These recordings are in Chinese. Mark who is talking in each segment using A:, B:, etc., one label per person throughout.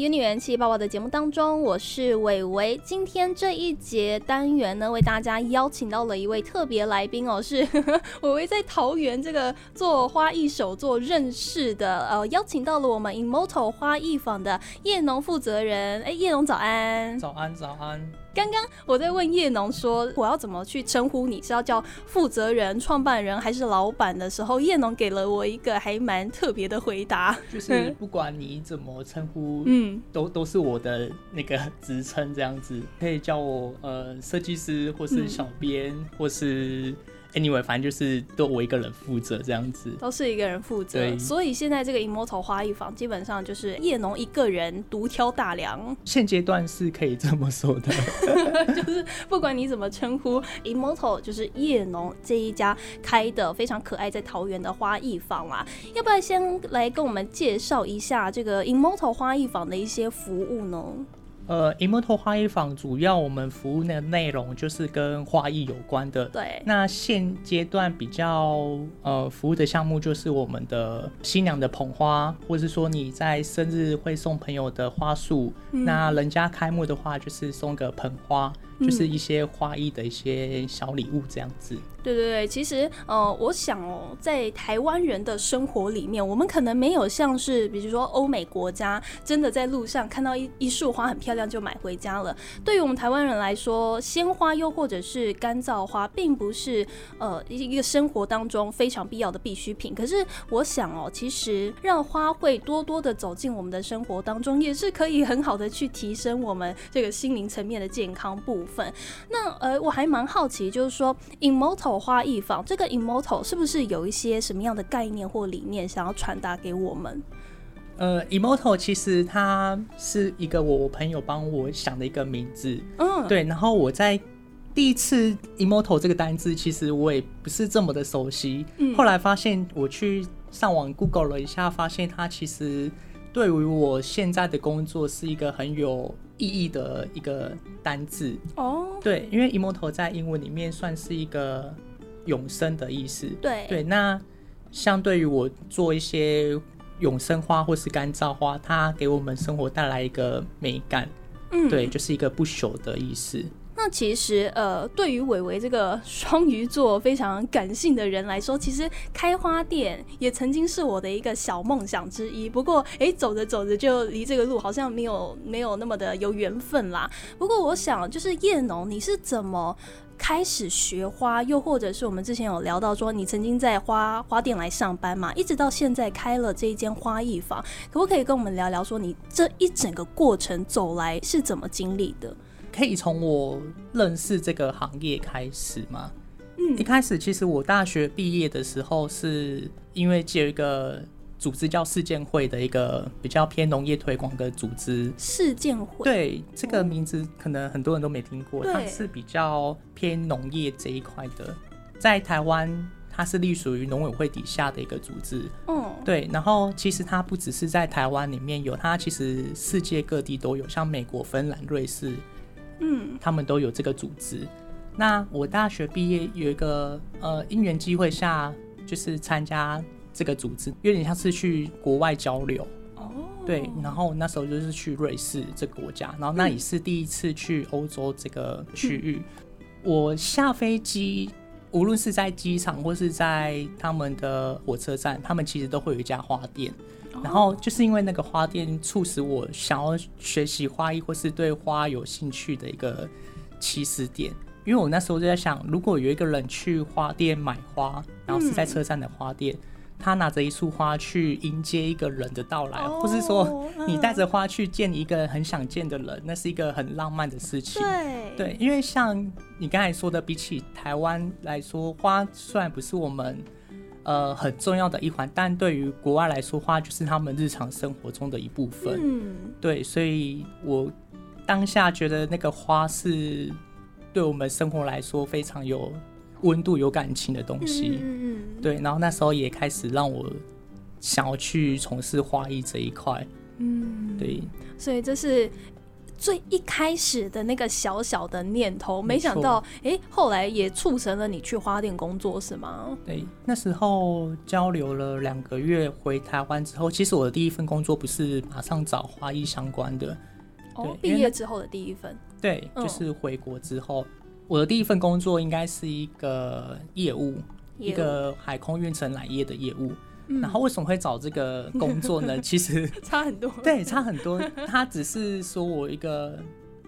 A: 仙女元气爆爆的节目当中，我是伟伟。今天这一节单元呢，为大家邀请到了一位特别来宾哦，是 伟伟在桃园这个做花艺手作认识的，呃，邀请到了我们 Immortal 花艺坊的叶农负责人。哎，叶农早安！
B: 早安，早安。
A: 刚刚我在问叶农说我要怎么去称呼你，是要叫负责人、创办人还是老板的时候，叶农给了我一个还蛮特别的回答。
B: 就是不管你怎么称呼，
A: 嗯，
B: 都都是我的那个职称，这样子可以叫我呃设计师，或是小编，或是 anyway，反正就是都我一个人负责这样子。
A: 都是一个人负责，
B: 对
A: 所以现在这个 Immortal 花艺坊基本上就是叶农一个人独挑大梁，
B: 现阶段是可以这么说的。
A: 就是不管你怎么称呼，Immortal 就是叶农这一家开的非常可爱在桃园的花艺坊啦。要不要先来跟我们介绍一下这个 Immortal 花艺坊的一些服务呢？
B: 呃，Immortal 花艺坊主要我们服务的内容就是跟花艺有关的。
A: 对，
B: 那现阶段比较呃服务的项目就是我们的新娘的捧花，或是说你在生日会送朋友的花束，那人家开幕的话就是送个捧花，就是一些花艺的一些小礼物这样子。
A: 对对对，其实呃，我想哦，在台湾人的生活里面，我们可能没有像是比如说欧美国家，真的在路上看到一一束花很漂亮就买回家了。对于我们台湾人来说，鲜花又或者是干燥花，并不是呃一一个生活当中非常必要的必需品。可是我想哦，其实让花卉多多的走进我们的生活当中，也是可以很好的去提升我们这个心灵层面的健康部分。那呃，我还蛮好奇，就是说 Immortal 花艺坊这个 Immortal 是不是有一些什么样的概念或理念想要传达给我们？
B: 呃，Immortal 其实它是一个我我朋友帮我想的一个名字，
A: 嗯，
B: 对，然后我在第一次 “immortal” 这个单字，其实我也不是这么的熟悉。
A: 嗯
B: 后来发现我去上网 Google 了一下，发现它其实对于我现在的工作是一个很有意义的一个单字。
A: 哦，
B: 对，因为 “immortal” 在英文里面算是一个永生的意思。
A: 对，
B: 对，那相对于我做一些永生花或是干燥花，它给我们生活带来一个美感。
A: 嗯，
B: 对，就是一个不朽的意思。
A: 那其实，呃，对于伟伟这个双鱼座非常感性的人来说，其实开花店也曾经是我的一个小梦想之一。不过，诶，走着走着就离这个路好像没有没有那么的有缘分啦。不过，我想就是叶农，你是怎么开始学花？又或者是我们之前有聊到说，你曾经在花花店来上班嘛，一直到现在开了这一间花艺坊，可不可以跟我们聊聊说，你这一整个过程走来是怎么经历的？
B: 可以从我认识这个行业开始吗？
A: 嗯
B: 一开始其实我大学毕业的时候，是因为借一个组织叫世建会的一个比较偏农业推广的组织。
A: 事件会。
B: 对这个名字，可能很多人都没听过，
A: 对
B: 它是比较偏农业这一块的，在台湾它是隶属于农委会底下的一个组织。
A: 嗯，
B: 对，然后其实它不只是在台湾里面有，它其实世界各地都有，像美国、芬兰、瑞士，
A: 嗯，
B: 他们都有这个组织。那我大学毕业有一个呃因缘机会下，就是参加这个组织，有点像是去国外交流。
A: 哦，
B: 对，然后那时候就是去瑞士这个国家，然后
A: 嗯
B: 那也是第一次去欧洲这个区域。我下飞机，无论是在机场或是在他们的火车站，他们其实都会有一家花店。
A: 哦
B: 然后就是因为那个花店，促使我想要学习花艺或是对花有兴趣的一个起始点。因为我那时候就在想，如果有一个人去花店买花，然后是在车站的花店，
A: 嗯
B: 他拿着一束花去迎接一个人的到来，
A: 哦
B: 或是说你
A: 嗯
B: 带着花去见一个很想见的人，那是一个很浪漫的事情。
A: 对，
B: 对，因为像你刚才说的，比起台湾来说，花虽然不是我们呃很重要的一环，但对于国外来说，花就是他们日常生活中的一部分。
A: 嗯，
B: 对，所以我当下觉得那个花是对我们生活来说非常有温度、有感情的东西。
A: 嗯嗯
B: 对，然后那时候也开始让我想要去从事花艺这一块。
A: 嗯，
B: 对，
A: 所以这是最一开始的那个小小的念头，没
B: 没错
A: 想到哎、诶后来也促成了你去花店工作是吗？
B: 对，那时候交流了两个月，回台湾之后，其实我的第一份工作不是马上找花艺相关的，
A: 哦
B: 对，
A: 毕
B: 因为
A: 业
B: 那
A: 之后的第一份，
B: 对，
A: 嗯
B: 就是回国之后，我的第一份工作应该是一个业务，一
A: 业务
B: 个海空运承揽业的业务。
A: 嗯
B: 然后为什么会找这个工 作呢？其实
A: 差很多。
B: 对差很多，他只是说我一个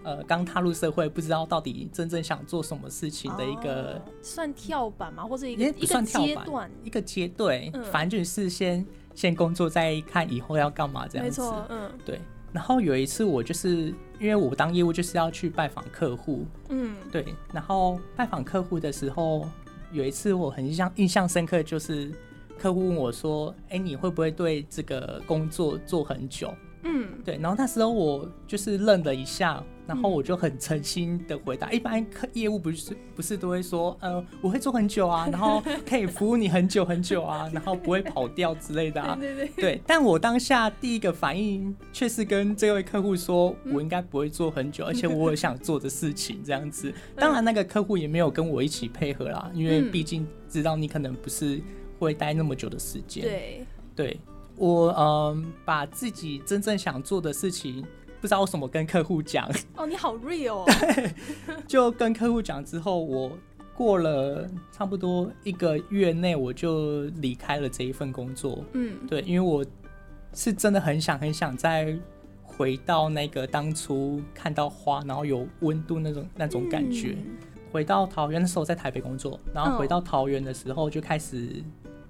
B: 呃刚踏入社会，不知道到底真正想做什么事情的一个、
A: 哦算跳板嘛，或者一个
B: 也不
A: 一个
B: 算跳
A: 阶
B: 板
A: 段，
B: 一个阶对，
A: 嗯
B: 反正就是先先工作，再看以后要干嘛这样
A: 没
B: 子。
A: 错，嗯
B: 对。然后有一次我就是因为我当业务就是要去拜访客户，
A: 嗯，
B: 对，然后拜访客户的时候，有一次我很印象印象深刻，就是客户问我说：“哎，你会不会对这个工作做很久？”
A: 嗯，
B: 对，然后那时候我就是愣了一下，然后
A: 嗯
B: 我就很诚心的回答。一般客业务不是不是都会说，呃，我会做很久啊，然后可以服务你很久很久啊，然后不会跑掉之类的啊。
A: 对对对，
B: 对，但我当下第一个反应却是跟这位客户说，
A: 嗯
B: 我应该不会做很久，而且我有想做的事情这样子。 当然，那个客户也没有跟我一起配合啦，因为
A: 嗯
B: 毕竟知道你可能不是会待那么久的时间。
A: 对，
B: 对我，嗯，把自己真正想做的事情，不知道为什么跟客户讲，
A: 哦，你好 real，哦
B: 就跟客户讲之后，我过了差不多一个月内，我就离开了这一份工作。
A: 嗯
B: 对，因为我是真的很想很想再回到那个当初看到花，然后有温度那种那种感觉。
A: 嗯
B: 回到桃园那时候在台北工作，然后
A: 嗯
B: 回到桃园的时候就开始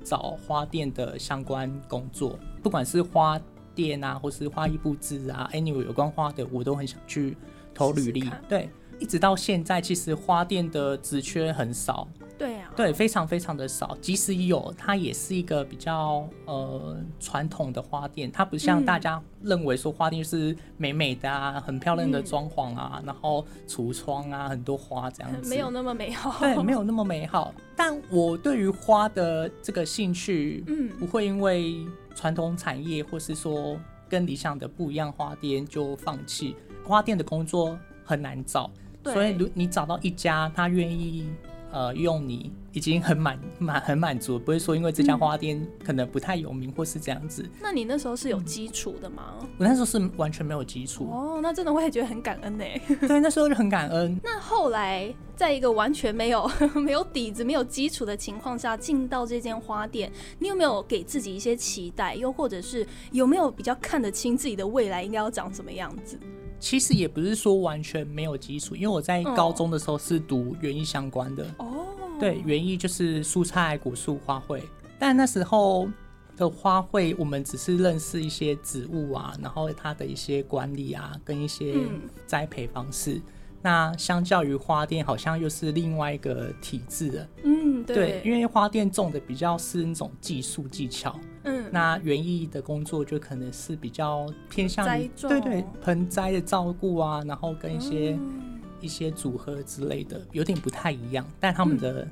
B: 找花店的相关工作，不管是花店啊，或是花艺布置啊，anyway 有关花的，我都很想去投履
A: 试
B: 历
A: 试看。
B: 对，一直到现在，其实花店的职缺很少，
A: 对啊，
B: 对，非常非常的少。即使有，它也是一个比较呃传统的花店，它不像
A: 嗯
B: 大家认为说花店就是美美的啊，很漂亮的
A: 嗯
B: 装潢啊，然后橱窗啊，很多花这样子。
A: 没有那么美好，
B: 对，没有那么美好。但我对于花的这个兴趣，
A: 嗯
B: 不会因为传统产业或是说跟理想的不一样，花店就放弃。花店的工作很难找，
A: 对
B: 所以如你找到一家他愿意呃用你，已经很满满很满足，不会说因为这家
A: 嗯
B: 花店可能不太有名或是这样子。
A: 那你那时候是有基础的吗？
B: 我那时候是完全没有基础，
A: 哦，那真的会觉得很感恩呢。
B: 对，那时候就很感恩。
A: 那后来，在一个完全没有 没有底子、没有基础的情况下进到这间花店，你有没有给自己一些期待？又或者是有没有比较看得清自己的未来应该要长什么样子？
B: 其实也不是说完全没有基础，因为我在
A: 嗯
B: 高中的时候是读园艺相关的，
A: 哦，
B: 对，园艺就是蔬菜、果树、花卉。但那时候的花卉，我们只是认识一些植物啊，然后它的一些管理啊，跟一些
A: 嗯
B: 栽培方式。那相较于花店，好像又是另外一个体制了。
A: 嗯，对，
B: 因为花店种的比较是那种技术技巧，
A: 嗯，
B: 那园艺的工作就可能是比较偏向于
A: 栽种
B: 对对盆栽的照顾啊，然后跟一些、
A: 嗯
B: 一些组合之类的，有点不太一样，但他们的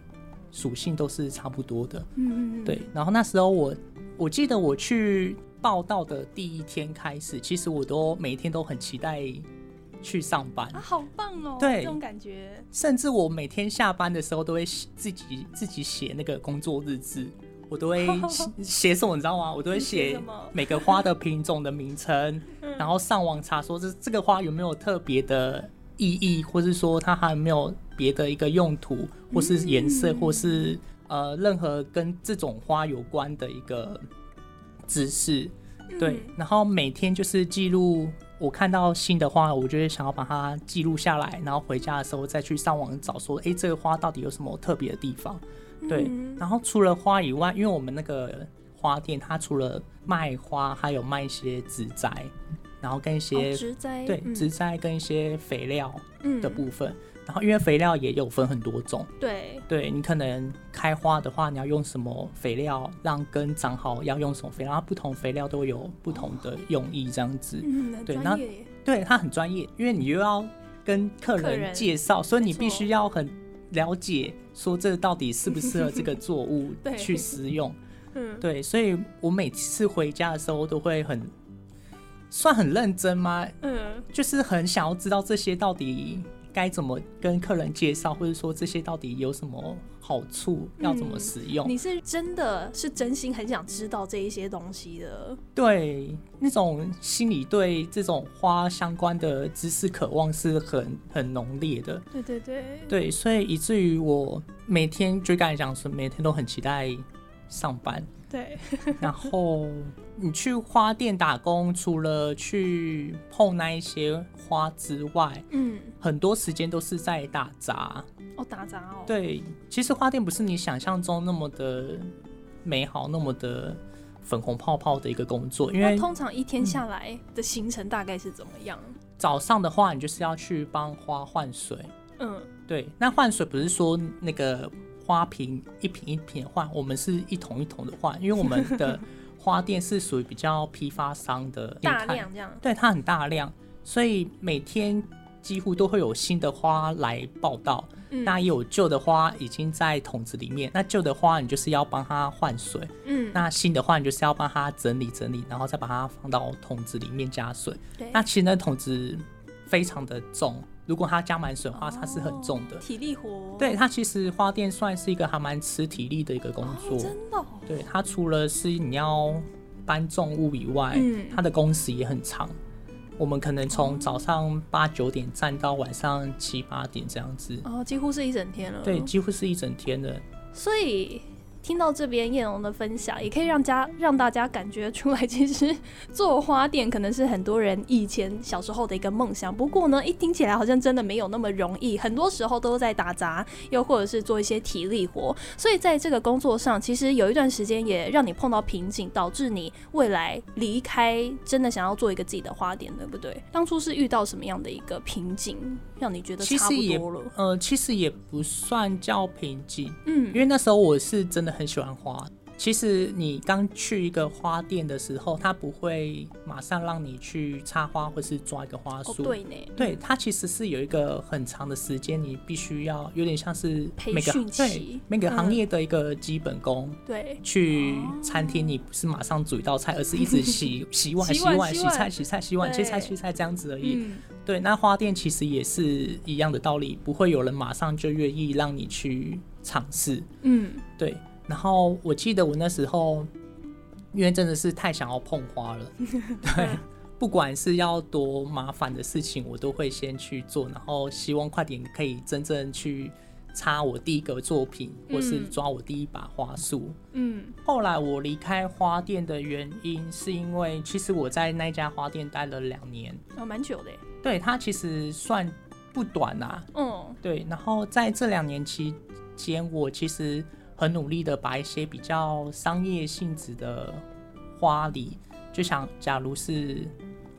B: 属性都是差不多的。
A: 嗯嗯，嗯
B: 对，，然后那时候我我记得我去报道的第一天开始，其实我都每天都很期待去上班。
A: 啊，好棒哦，
B: 对
A: 这种感觉，
B: 甚至我每天下班的时候都会写自己自己写那个工作日志，我 都会写写什么你知道吗？我都会
A: 你写
B: 写
A: 什么嗯
B: 每个花的品种的 名称，然后上网查说这这个花有没有特别的意义，或是说它还有没有别的一个用途，或是颜色，
A: 嗯
B: 或是呃任何跟这种花有关的一个知识。
A: 嗯
B: 对，然后每天就是记录我看到新的花，我就会想要把它记录下来，然后回家的时候再去上网找说，诶，这个花到底有什么特别的地方？
A: 嗯
B: 对，
A: 嗯
B: 然后除了花以外，因为我们那个花店，它除了卖花，还有卖一些植栽，然后跟一些、
A: 哦植栽，
B: 对
A: 嗯
B: 植栽跟一些肥料
A: 嗯
B: 的部分。然后因为肥料也有分很多种，
A: 对，
B: 对你可能开花的话，你要用什么肥料让根长好，要用什么肥料，它不同肥料都有不同的用意，这样子。
A: 嗯，很
B: 对那
A: 专业耶，
B: 对，它很专业，因为你又要跟客
A: 客
B: 人
A: 人
B: 介绍，所以你
A: 没错
B: 必须要很了解，说这到底适不适合这个作物
A: 对
B: 去食用。
A: 嗯，
B: 对，所以我每次回家的时候都会很算很认真吗？
A: 嗯，
B: 就是很想要知道这些到底该怎么跟客人介绍，或者说这些到底有什么好处，要怎么使用。
A: 你是真的是真心很想知道这一些东西的，
B: 对，那种心里对这种花相关的知识渴望是很很浓烈的。
A: 对对对，
B: 对，所以以至于我每天就刚才讲说，每天都很期待上班。
A: 对，
B: 然后你去花店打工，除了去碰那一些花之外，
A: 嗯，
B: 很多时间都是在打杂。
A: 哦，打杂哦，
B: 对，其实花店不是你想象中那么的美好，那么的粉红泡泡的一个工作，因
A: 那
B: 为嗯
A: 通常一天下来的行程大概是怎么样？
B: 早上的话，你就是要去帮花换水。
A: 嗯，
B: 对，那换水不是说那个花瓶一瓶一瓶的换，我们是一桶一桶的换，因为我们 的花店是属于比较批发商的心
A: 大
B: 态
A: 量这样，
B: 对，它很大量，所以每天几乎都会有新的花来报道。
A: 嗯
B: 那也有旧的花已经在桶子里面，那旧的花你就是要帮它换水，
A: 嗯，
B: 那新的花你就是要帮它整理整理，然后再把它放到桶子里面加水。
A: 对
B: 那其实那桶子非常的重，如果它加满水的话，它是很重的
A: 哦。体力活，
B: 对，它其实花店算是一个还蛮吃体力的一个工
A: 哦，
B: 作。
A: 真的哦，
B: 对，它除了是你要搬重物以外，
A: 嗯
B: 它的工时也很长。我们可能从早上八九点站到晚上七八点这样子，
A: 哦，几乎是一整天了，
B: 对，几乎是一整天的。
A: 所以听到这边叶龙的分享，也可以让家让大家感觉出来，其实做花店可能是很多人以前小时候的一个梦想。不过呢，一听起来好像真的没有那么容易，很多时候都在打杂，又或者是做一些体力活。所以在这个工作上，其实有一段时间也让你碰到瓶颈，导致你未来离开，真的想要做一个自己的花店，对不对？当初是遇到什么样的一个瓶颈，让你觉得
B: 其
A: 差
B: 实
A: 不
B: 也
A: 多了？
B: 呃，其实也不算叫瓶颈，
A: 嗯
B: 因，为那时候我是真的很喜欢花。其实你刚去一个花店的时候，它不会马上让你去插花或是抓一个花
A: 哦
B: 束，
A: 对呢，
B: 对，它其实是有一个很长的时间，你必须要有点像是
A: 培
B: 每个
A: 训
B: 对
A: 期
B: 每个行
A: 嗯
B: 业的一个基本功。
A: 对。
B: 去餐厅，你不是马上煮一道菜，而是一 直洗洗碗、
A: 洗
B: 洗
A: 碗
B: 碗、
A: 洗
B: 洗
A: 碗
B: 菜、洗菜、洗碗、切菜、
A: 对
B: 切菜这样子而已。
A: 嗯，
B: 对，那花店其实也是一样的道理，不会有人马上就愿意让你去尝试。
A: 嗯，
B: 对，然后我记得我那时候，因为真的是太想要碰花 了，对，不管是要多麻烦的事情，我都会先去做，然后希望快点可以真正去插我第一个作品，或是
A: 嗯
B: 抓我第一把花束。
A: 嗯，
B: 后来我离开花店的原因，是因为其实我在那家花店待了两年，
A: 哦，蛮久的耶，
B: 对它其实算不短啊，
A: 嗯，
B: 对，然后在这两年期间，我其实很努力的把一些比较商业性质的花礼，就想假如是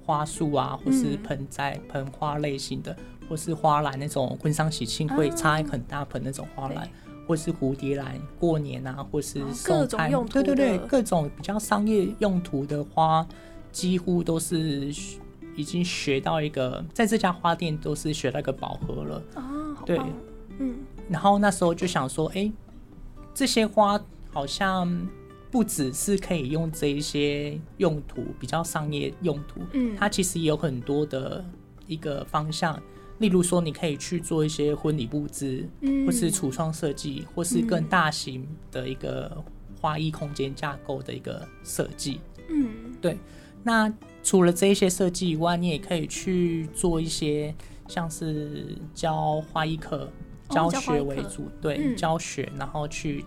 B: 花束啊，或是
A: 嗯
B: 盆栽、盆花类型的，或是花篮那种婚丧喜庆会
A: 啊
B: 插一个很大盆那种花篮
A: 对，
B: 或是蝴蝶兰，过年啊，或是
A: 哦各
B: 送
A: 种
B: 餐，
A: 用
B: 对对
A: 途
B: 对
A: 的，
B: 各种比较商业用途的花，几乎都是学。已经学到一个，在这家花店都是学到一个饱和了。
A: 啊，好
B: 对
A: 棒，嗯，
B: 然后那时候就想说，哎、这些花好像不只是可以用这一些用途，比较商业用途，
A: 嗯
B: 它其实也有很多的一个方向，例如说你可以去做一些婚礼布置，
A: 嗯
B: 或是橱窗设计，或是更大型的一个花艺空间架构的一个设计。
A: 嗯，
B: 那除了这一些设计以外，你也可以去做一些像是教花艺课、
A: 哦
B: 教
A: 教花艺课
B: 学为主，对，
A: 嗯
B: 教学，然后去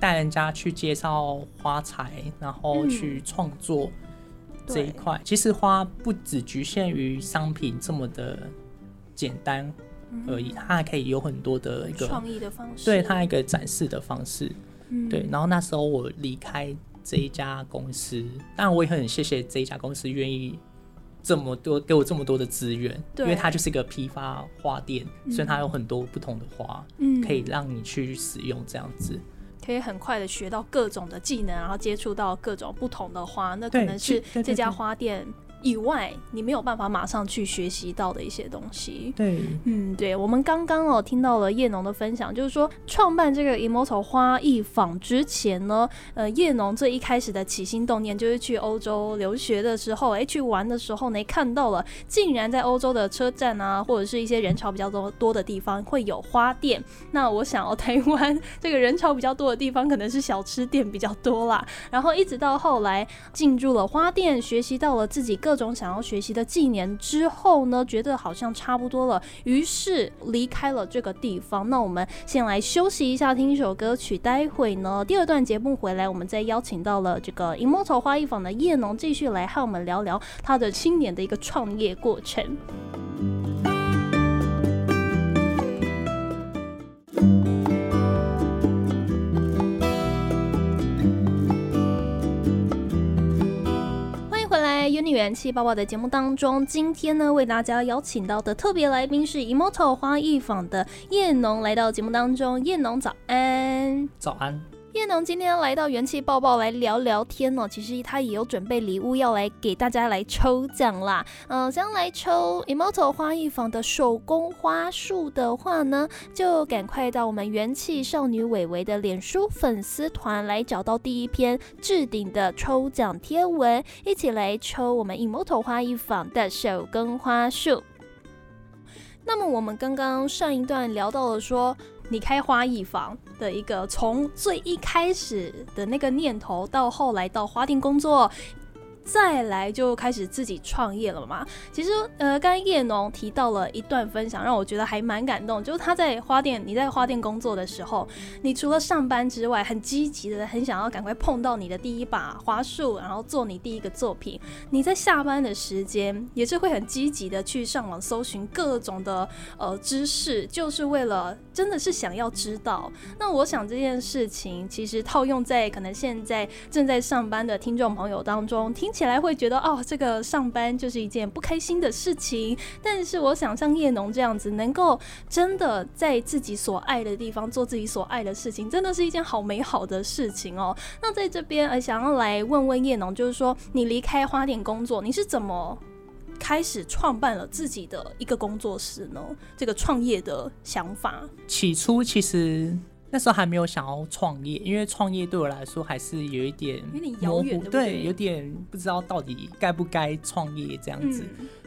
B: 带人家去介绍花材，然后去创作这一
A: 嗯对
B: 块。其实花不只局限于商品这么的简单而已，它还可以有很多的一个
A: 嗯创意的方式，
B: 对它一个展示的方式。
A: 嗯，
B: 对，然后那时候我离开这一家公司，当然我也很谢谢这一家公司愿意这么多给我这么多的资源，因
A: 对
B: 为它就是一个批发花店，所以它有很多不同的花、
A: 嗯，
B: 可以让你去使用这样子。
A: 可以很快的学到各种的技能，然后接触到各种不同的花，那可
B: 对
A: 能
B: 其
A: 是
B: 对对
A: 这家
B: 对
A: 花店。以外，你没有办法马上去学习到的一些东西。
B: 对，
A: 嗯，对，我们刚刚哦听到了叶农的分享，就是说创办这个 Emoto 花艺坊之前呢，呃，叶农最一开始的起心动念就是去欧洲留学的时候，哎，去玩的时候呢，看到了竟然在欧洲的车站啊，或者是一些人潮比较多多的地方会有花店。那我想哦，台湾这个人潮比较多的地方可能是小吃店比较多啦。然后一直到后来进入了花店，学习到了自己各种想要学习的技能之后呢，觉得好像差不多了。于是离开了这个地方。那我们先来休息一下，听一首歌曲。待会呢，第二段节目回来，我们再邀请到了这个银 m o 花艺坊的叶农，继续来和我们聊聊他的青年的一个创业过程。欢迎回来《Uni 元气爆爆》的节目当中，今天呢为大家邀请到的特别来宾是 Emoto 花艺坊的叶农，来到节目当中，叶农早安。
B: 早安。
A: 叶农今天来到元气爆爆来聊聊天哦，其实他也有准备礼物要来给大家来抽奖啦。呃，想要来抽 Emoto 花艺坊的手工花束的话呢，就赶快到我们元气少女伟伟的脸书粉丝团来找到第一篇置顶的抽奖贴文，一起来抽我们 Emoto 花艺坊的手工花束。那么我们刚刚上一段聊到了说，你开花艺坊的一个从最一开始的那个念头，到后来到花店工作，再来就开始自己创业了嘛。其实呃，刚才叶农提到了一段分享，让我觉得还蛮感动，就是他在花店，你在花店工作的时候，你除了上班之外，很积极的很想要赶快碰到你的第一把花束，然后做你第一个作品。你在下班的时间也是会很积极的去上网搜寻各种的呃知识，就是为了真的是想要知道。那我想这件事情其实套用在可能现在正在上班的听众朋友当中，听起来会觉得哦，这个上班就是一件不开心的事情。但是我想像叶农这样子，能够真的在自己所爱的地方做自己所爱的事情，真的是一件好美好的事情哦。那在这边呃，想要来问问叶农，就是说你离开花店工作，你是怎么开始创办了自己的一个工作室呢？这个创业的想法，
B: 起初其实那时候还没有想要创业，因为创业对我来说还是有一点
A: 有点遥
B: 模
A: 远
B: 糊，
A: 对不对
B: 对，有点不知道到底该不该创业
A: 嗯
B: 这样子。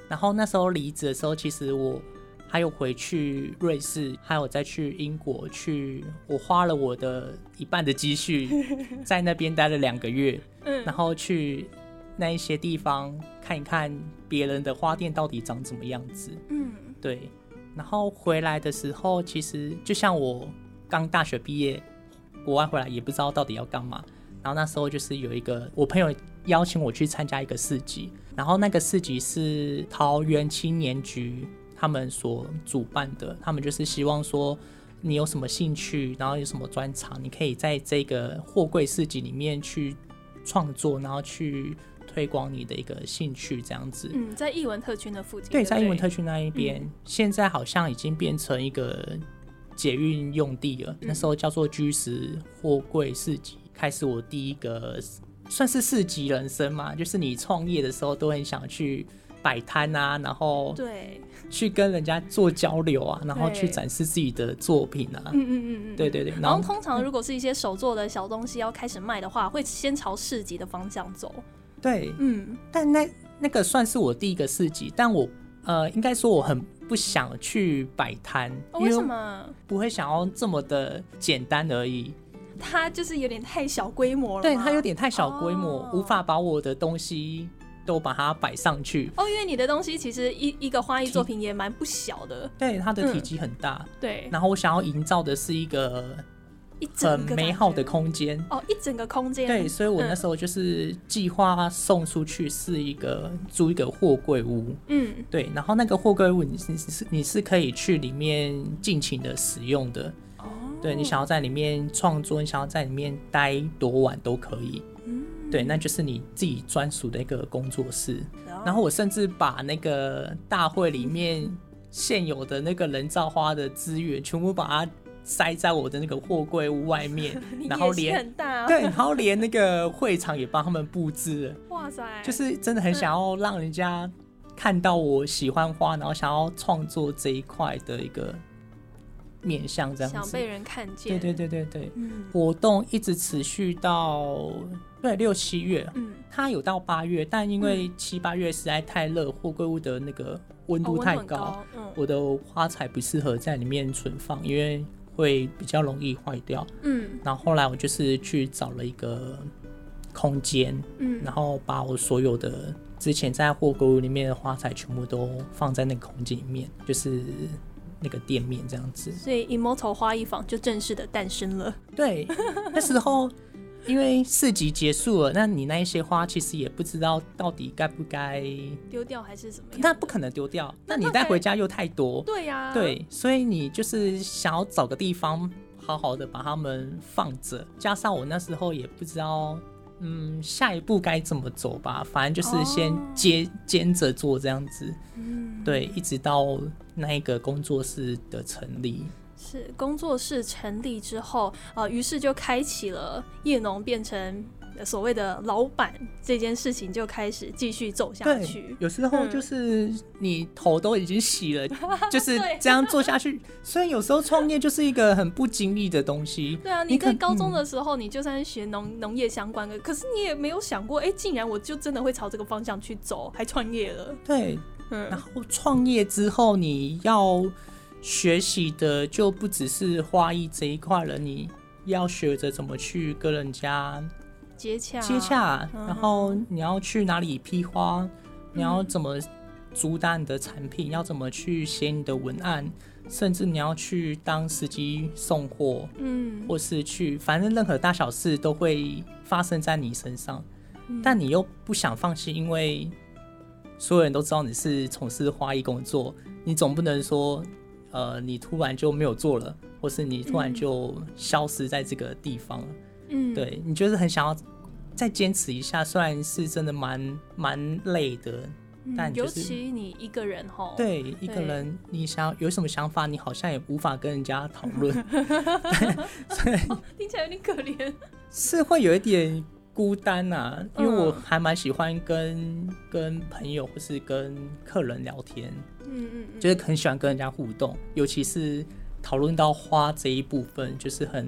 B: 然后那时候离职的时候，其实我还有回去瑞士，还有再去英国去，我花了我的一半的积蓄在那边待了两个月，
A: 嗯
B: 然后去那一些地方看一看别人的花店到底长怎么样子。
A: 嗯
B: 对，然后回来的时候，其实就像我刚大学毕业，国外回来也不知道到底要干嘛。然后那时候就是有一个我朋友邀请我去参加一个市集，然后那个市集是桃园青年局他们所主办的，他们就是希望说你有什么兴趣，然后有什么专长，你可以在这个货柜市集里面去创作，然后去推广你的一个兴趣这样子。
A: 嗯，在艺文特区的附近，
B: 对，在
A: 不
B: 英文特区那一边，
A: 嗯
B: 现在好像已经变成一个捷运用地
A: 嗯
B: 了。那时候叫做居石货柜市集，开始我第一个算是市集人生嘛，就是你创业的时候都很想去摆摊啊，然后
A: 对，
B: 去跟人家做交流啊，然后去
A: 对
B: 展示自己的作品啊。
A: 嗯嗯嗯嗯，
B: 对。对对，然
A: 然后
B: 后嗯
A: 通常如果是一些手做的小东西要开始卖的话，会先朝市集的方向走。
B: 对，
A: 嗯
B: 但那那个算是我第一个市集，但我呃，应该说我很不想去摆摊，
A: 哦
B: 因
A: 为什么？
B: 不会想要这么的简单而已。
A: 它就是有点太小规模了。
B: 对，它有。点太小规模，
A: 哦
B: 无法把我的东西都把它摆上去。
A: 哦，因为你的东西其实一一个花艺作品也蛮不小的，
B: 对，它的体
A: 嗯
B: 积很大，
A: 对，
B: 然后我想要营造的是一个
A: 一整
B: 很
A: 个
B: 美
A: 感
B: 好
A: 觉
B: 的空间。
A: 哦，一整个空间，
B: 对，所以我
A: 嗯
B: 那时候就是计划送出去是一个租一个货柜屋，
A: 嗯
B: 对，然后那个货柜屋你是你是你是可以去里面尽情的使用的，
A: 哦，
B: 对你想要在里面创作，你想要在里面待多晚都可以，
A: 嗯，
B: 对，那就是你自己专属的一个工作室。然
A: 然
B: 后我甚至把那个大会里面现有的那个人造花的资源全部把它塞在我的那个货柜屋外面
A: 你，
B: 然后
A: 野心
B: 连
A: 很大，啊
B: 对，然后连那个会场也帮他们布置了。
A: 哇，哇塞，
B: 就是真的很想要让人家看到我喜欢花，然后想要创作这一块的一个面向，这样
A: 想
B: 子。
A: 被人看见。
B: 对对，对对对，
A: 嗯
B: 活动一直持续到对六七月，
A: 嗯，
B: 它有到八月，但因为七八月实在太热，货柜屋的那个温
A: 哦
B: 度
A: 温
B: 太
A: 很
B: 高，
A: 高，嗯
B: 我的花材不适合在里面存放，因为会比较容易坏掉。
A: 嗯
B: 然后后来我就是去找了一个空间，
A: 嗯
B: 然后把我所有的之前在货柜屋里面的花材全部都放在那个空间里面，就是那个店面这样子。
A: 所以 Immortal 花艺坊就正式的诞生了。
B: 对，那时候因为市集结束了，那你那一些花其实也不知道到底该不该，
A: 丢掉还是怎么样？
B: 那不可能丢掉，那你
A: 那
B: 带
A: 还
B: 回家又太多，
A: 对呀、，
B: 对，所以你就是想要找个地方好好的把它们放着，加上我那时候也不知道。嗯，下一步该怎么走吧？反正就是先
A: 哦
B: 接、兼着做这样子，
A: 嗯，
B: 对，一直到那一个工作室的成立，
A: 嗯是工作室成立之后，呃，于是就开启了叶农变成呃所谓的老板这件事情，就开始继续走下
B: 对，
A: 去。
B: 有时候
A: 嗯
B: 就是你头都已经洗 了，就是
A: 对
B: 这样做下去。所以有时候创业就是一个很不经意的东西。
A: 对啊，
B: 你
A: 你
B: 可
A: 在高中
B: 嗯
A: 的时候，你就算是学农农业相关的，可是你也没有想过，哎、竟然我就真的会朝这个方向去走，还创业了。
B: 对，然
A: 嗯，
B: 后创业之后你要学习的就不只是花艺这一块了，你要学着怎么去跟人家
A: 接洽，
B: 接洽，
A: 嗯
B: 然后你要去哪里批花，你要怎么主打你的产品，要怎么去写你的文案，甚至你要去当司机送货，
A: 嗯，
B: 或是去，反正任何大小事都会发生在你身上，
A: 嗯
B: 但你又不想放弃，因为所有人都知道你是从事花艺工作，你总不能说，呃，你突然就没有做了，或是你突然
A: 嗯
B: 就消失在这个地方了。
A: 嗯，
B: 对你就是很想要再坚持一下，虽然是真的蛮蛮累的，
A: 嗯，
B: 但就
A: 尤
B: 是
A: 其你一个人吼，
B: 对一个人你想有什么想法，你好像也无法跟人家讨论，
A: 听起来有点可怜。
B: 是会有一点孤单呐、啊。因为我
A: 嗯
B: 还蛮喜欢跟跟朋友或是跟客人聊天，
A: 嗯嗯嗯，
B: 就是很喜欢跟人家互动，尤其是讨论到花这一部分，就是很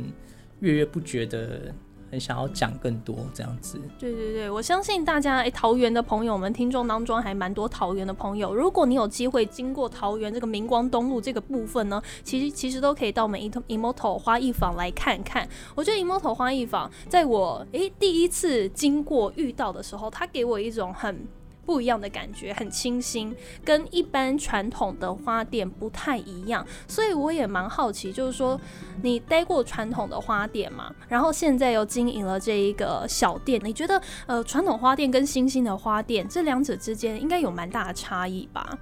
B: 跃跃不绝的，很想要讲更多这样子。
A: 对对对，我相信大家诶，桃园的朋友们，听众当中还蛮多桃园的朋友。如果你有机会经过桃园这个明光东路这个部分呢，其实其实都可以到我们 Emoto 花艺坊来看看。我觉得 Emoto 花艺坊，在我诶第一次经过遇到的时候，它给我一种很。不一样的感觉，很清新，跟一般传统的花店不太一样，所以我也蛮好奇，就是说你待过传统的花店嘛，然后现在又经营了这一个小店，你觉得呃传统花店跟新兴的花店这两者之间应该有蛮大的差异吧？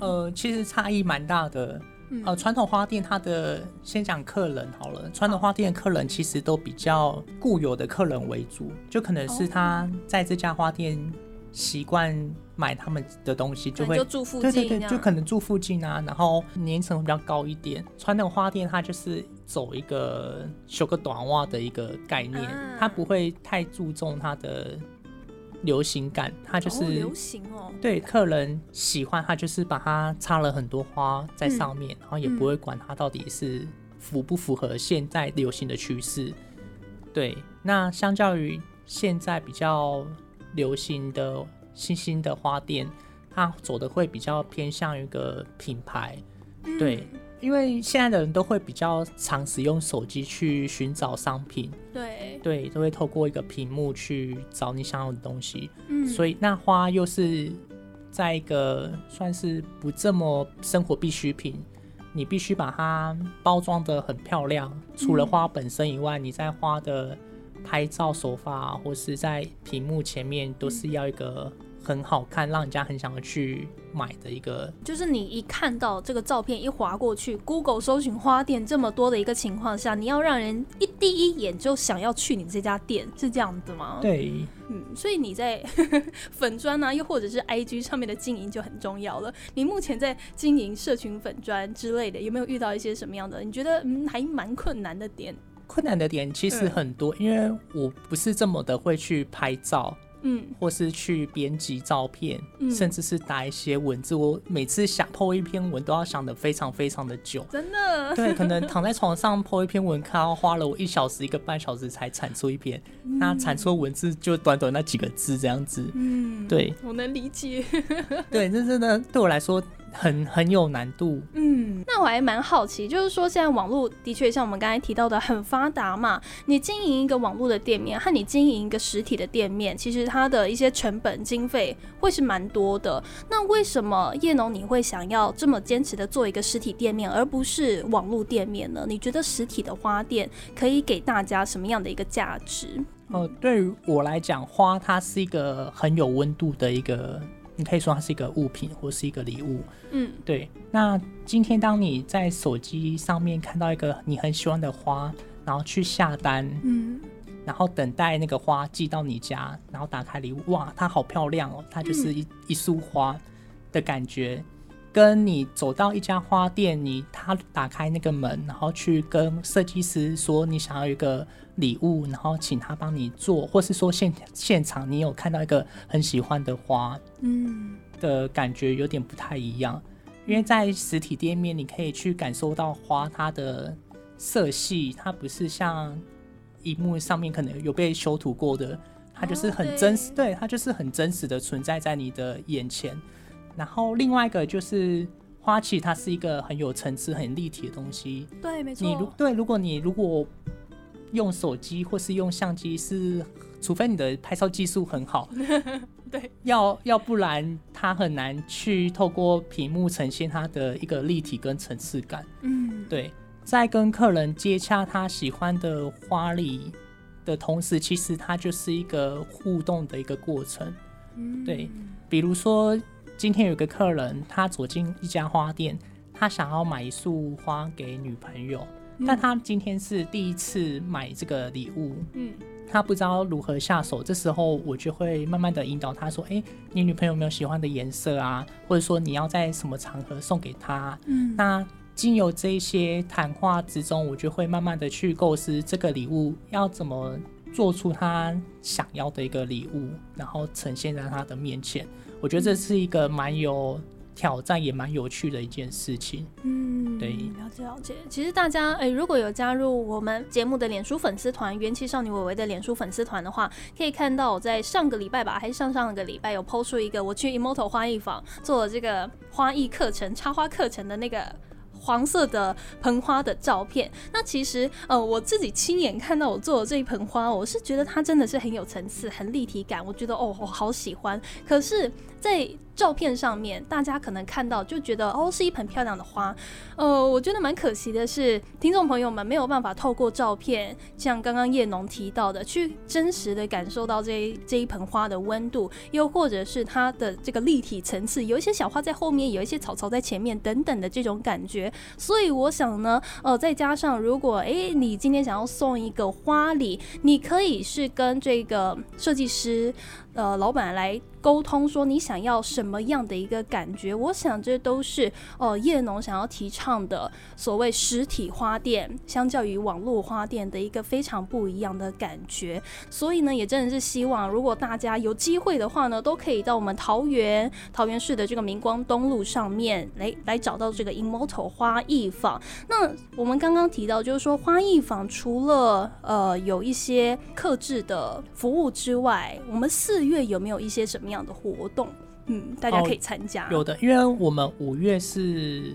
B: 呃，其实差异蛮大的。
A: 嗯
B: 呃，传统花店它的先讲客人好了，传统花店的客人其实都比较固有的客人为主，就可能是
A: 哦
B: 他在这家花店习惯买他们的东西，
A: 可
B: 就
A: 能
B: 会
A: 就住附
B: 对
A: 近这
B: 对
A: 样，
B: 对，就可能住附近啊，然后年层比较高一点。传统花店它就是走一个修个短袜的一个概念，
A: 啊
B: 它不会太注重它的流行感，它就
A: 哦
B: 是
A: 流行哦，
B: 对客人喜欢，他就是把它插了很多花在上面，然后也不会管它到底是符不符合现在流行的趋势。对，那相较于现在比较流行的新兴的花店，它走的会比较偏向于一个品牌，
A: 嗯
B: 对因为现在的人都会比较常使用手机去寻找商品，
A: 对，
B: 对，都会透过一个屏幕去找你想要的东西。
A: 嗯，
B: 所以那花又是在一个算是不这么生活必需品，你必须把它包装的很漂亮。除了花本身以外，你在花的拍照手法啊或是在屏幕前面都是要一个很好看，让人家很想要去买的一个。
A: 就是你一看到这个照片一划过去，Google 搜寻花店这么多的一个情况下，你要让人一第一眼就想要去你这家店，是这样子吗？，
B: 对，
A: 嗯，所以你在 粉砖啊，又或者是 IG 上面的经营就很重要了。你目前在经营社群粉砖之类的，有没有遇到一些什么样的？你觉得嗯还蛮困难的点？
B: 困难的点其实
A: 嗯
B: 很多，因为我不是这么的会去拍照，
A: 嗯
B: 或是去编辑照片，
A: 嗯，。
B: 甚至是打一些文字。我每次想 po 一篇文都要想的非常非常的久
A: 真的，
B: 对，可能躺在床上 po 一篇文，看要花了我一小时、一个半小时才产出一篇。那产出的文字就短短那几个字这样子。
A: 嗯，
B: 对
A: 我能理解。
B: 对，这真的对我来说很很有难度。
A: 嗯，那我还蛮好奇，就是说现在网络的确像我们刚才提到的很发达嘛，你经营一个网络的店面和你经营一个实体的店面，其实它的一些成本经费会是蛮多的。那为什么叶农你会想要这么坚持的做一个实体店面，而不是网络店面呢？你觉得实体的花店可以给大家什么样的一个价值？
B: 呃，对于我来讲，花它是一个很有温度的一个，你可以说它是一个物品或是一个礼物。
A: 嗯
B: 对，那今天当你在手机上面看到一个你很喜欢的花，然后去下单，
A: 嗯
B: 然后等待那个花寄到你家，然后打开礼物，哇，它好漂亮哦，它就是一、一束花的感觉。跟你走到一家花店，你他打开那个门，然后去跟设计师说你想要一个礼物，然后请他帮你做，或是说现现场你有看到一个很喜欢的花，
A: 嗯
B: 的感觉有点不太一样，因为在实体店面你可以去感受到花它的色系，它不是像荧幕上面可能有被修图过的，它就是
A: 哦
B: 很
A: 对
B: 真实，对，它就是很真实的存在在你的眼前。然后另外一个就是花旗，它是一个很有层次、很立体的东西。
A: 对，没
B: 你如对，如果你如果用手机或是用相机是，除非你的拍照技术很好，
A: 对，
B: 要要不然它很难去透过屏幕呈现它的一个立体跟层次感。
A: 嗯
B: 对，在跟客人接洽他喜欢的花礼的同时，其实它就是一个互动的一个过程。
A: 嗯
B: 对比如说，今天有个客人，他走进一家花店，他想要买一束花给女朋友，但他今天是第一次买这个礼物，
A: 嗯
B: 他不知道如何下手。这时候我就会慢慢的引导他说：“诶，你女朋友有没有喜欢的颜色啊？或者说你要在什么场合送给她？”
A: 嗯
B: 那经由这一些谈话之中，我就会慢慢的去构思这个礼物要怎么做出他想要的一个礼物，然后呈现在他的面前。我觉得这是一个蛮有挑战，也蛮有趣的一件事情。
A: 嗯，
B: 对
A: 了解了解。其实大家哎、如果有加入我们节目的脸书粉丝团“元气少女伟伟”的脸书粉丝团的话，可以看到我在上个礼拜吧，还是上上个礼拜有抛出一个我去 Emoto 花艺坊做了这个花艺课程、插花课程的那个。黄色的盆花的照片，那其实呃，我自己亲眼看到我做的这一盆花，我是觉得它真的是很有层次、很立体感，我觉得哦，我好喜欢。可是，在照片上面，大家可能看到就觉得哦，是一盆漂亮的花，呃，我觉得蛮可惜的是，听众朋友们没有办法透过照片，像刚刚叶农提到的，去真实的感受到这一这一盆花的温度，又或者是它的这个立体层次，有一些小花在后面，有一些草草在前面等等的这种感觉。所以我想呢，呃，再加上如果诶你今天想要送一个花礼，你可以是跟这个设计师呃老板来沟通，说你想要什么样的一个感觉。我想这都是呃叶农想要提倡的所谓实体花店，相较于网络花店的一个非常不一样的感觉。所以呢，也真的是希望如果大家有机会的话呢，都可以到我们桃园桃园市的这个明光东路上面来来找到这个 Immortal 花艺坊。那我们刚刚提到，就是说花艺坊除了呃有一些克制的服务之外，我们四月有没有一些什么样的活动？嗯，大家
B: 哦
A: 可以参加。
B: 有的，因为我们五月是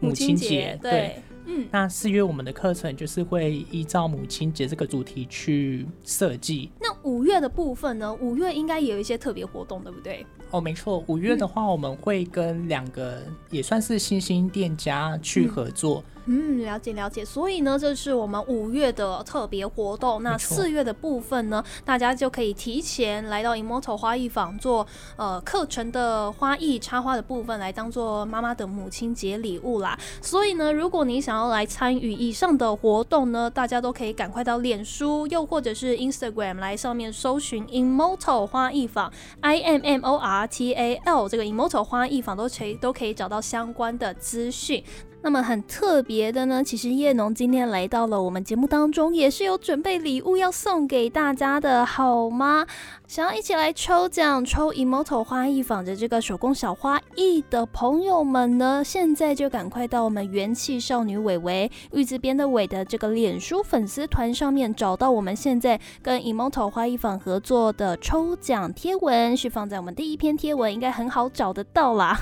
B: 母亲节，
A: 对，嗯
B: 那四月我们的课程就是会依照母亲节这个主题去设计。
A: 那五月的部分呢？五月应该也有一些特别活动，对不对？
B: 哦，没错，五月的话，我们会跟两个也算是新兴店家去合作。
A: 嗯，了解了解。所以呢，这是我们五月的特别活动。那
B: 没错
A: 四月的部分呢，大家就可以提前来到 Immortal 花艺坊做呃课程的花艺插花的部分，来当做妈妈的母亲节礼物啦。所以呢，如果你想要来参与以上的活动呢，大家都可以赶快到脸书，又或者是 Instagram 来上面搜寻 Immortal 花艺坊 I M M O R T A L 这个 Immortal 花艺坊都可以都可以找到相关的资讯。那么很特别的呢，其实叶农今天来到了我们节目当中，也是有准备礼物要送给大家的，好吗？想要一起来抽奖抽 Emoto 花艺仿着这个手工小花艺的朋友们呢，现在就赶快到我们元气少女伟伟玉字边的伟的这个脸书粉丝团上面找到我们现在跟 Emoto 花艺坊合作的抽奖贴文，是放在我们第一篇贴文，应该很好找得到啦。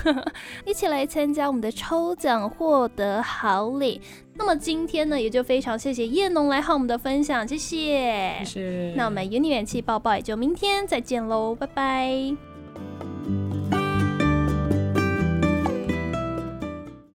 A: 一起来参加我们的抽奖，获得好礼。那么今天呢，也就非常谢谢叶农来和我们的分享，谢谢。
B: 谢谢。
A: 那我们 u n i 元气抱抱也就明天再见喽，拜拜。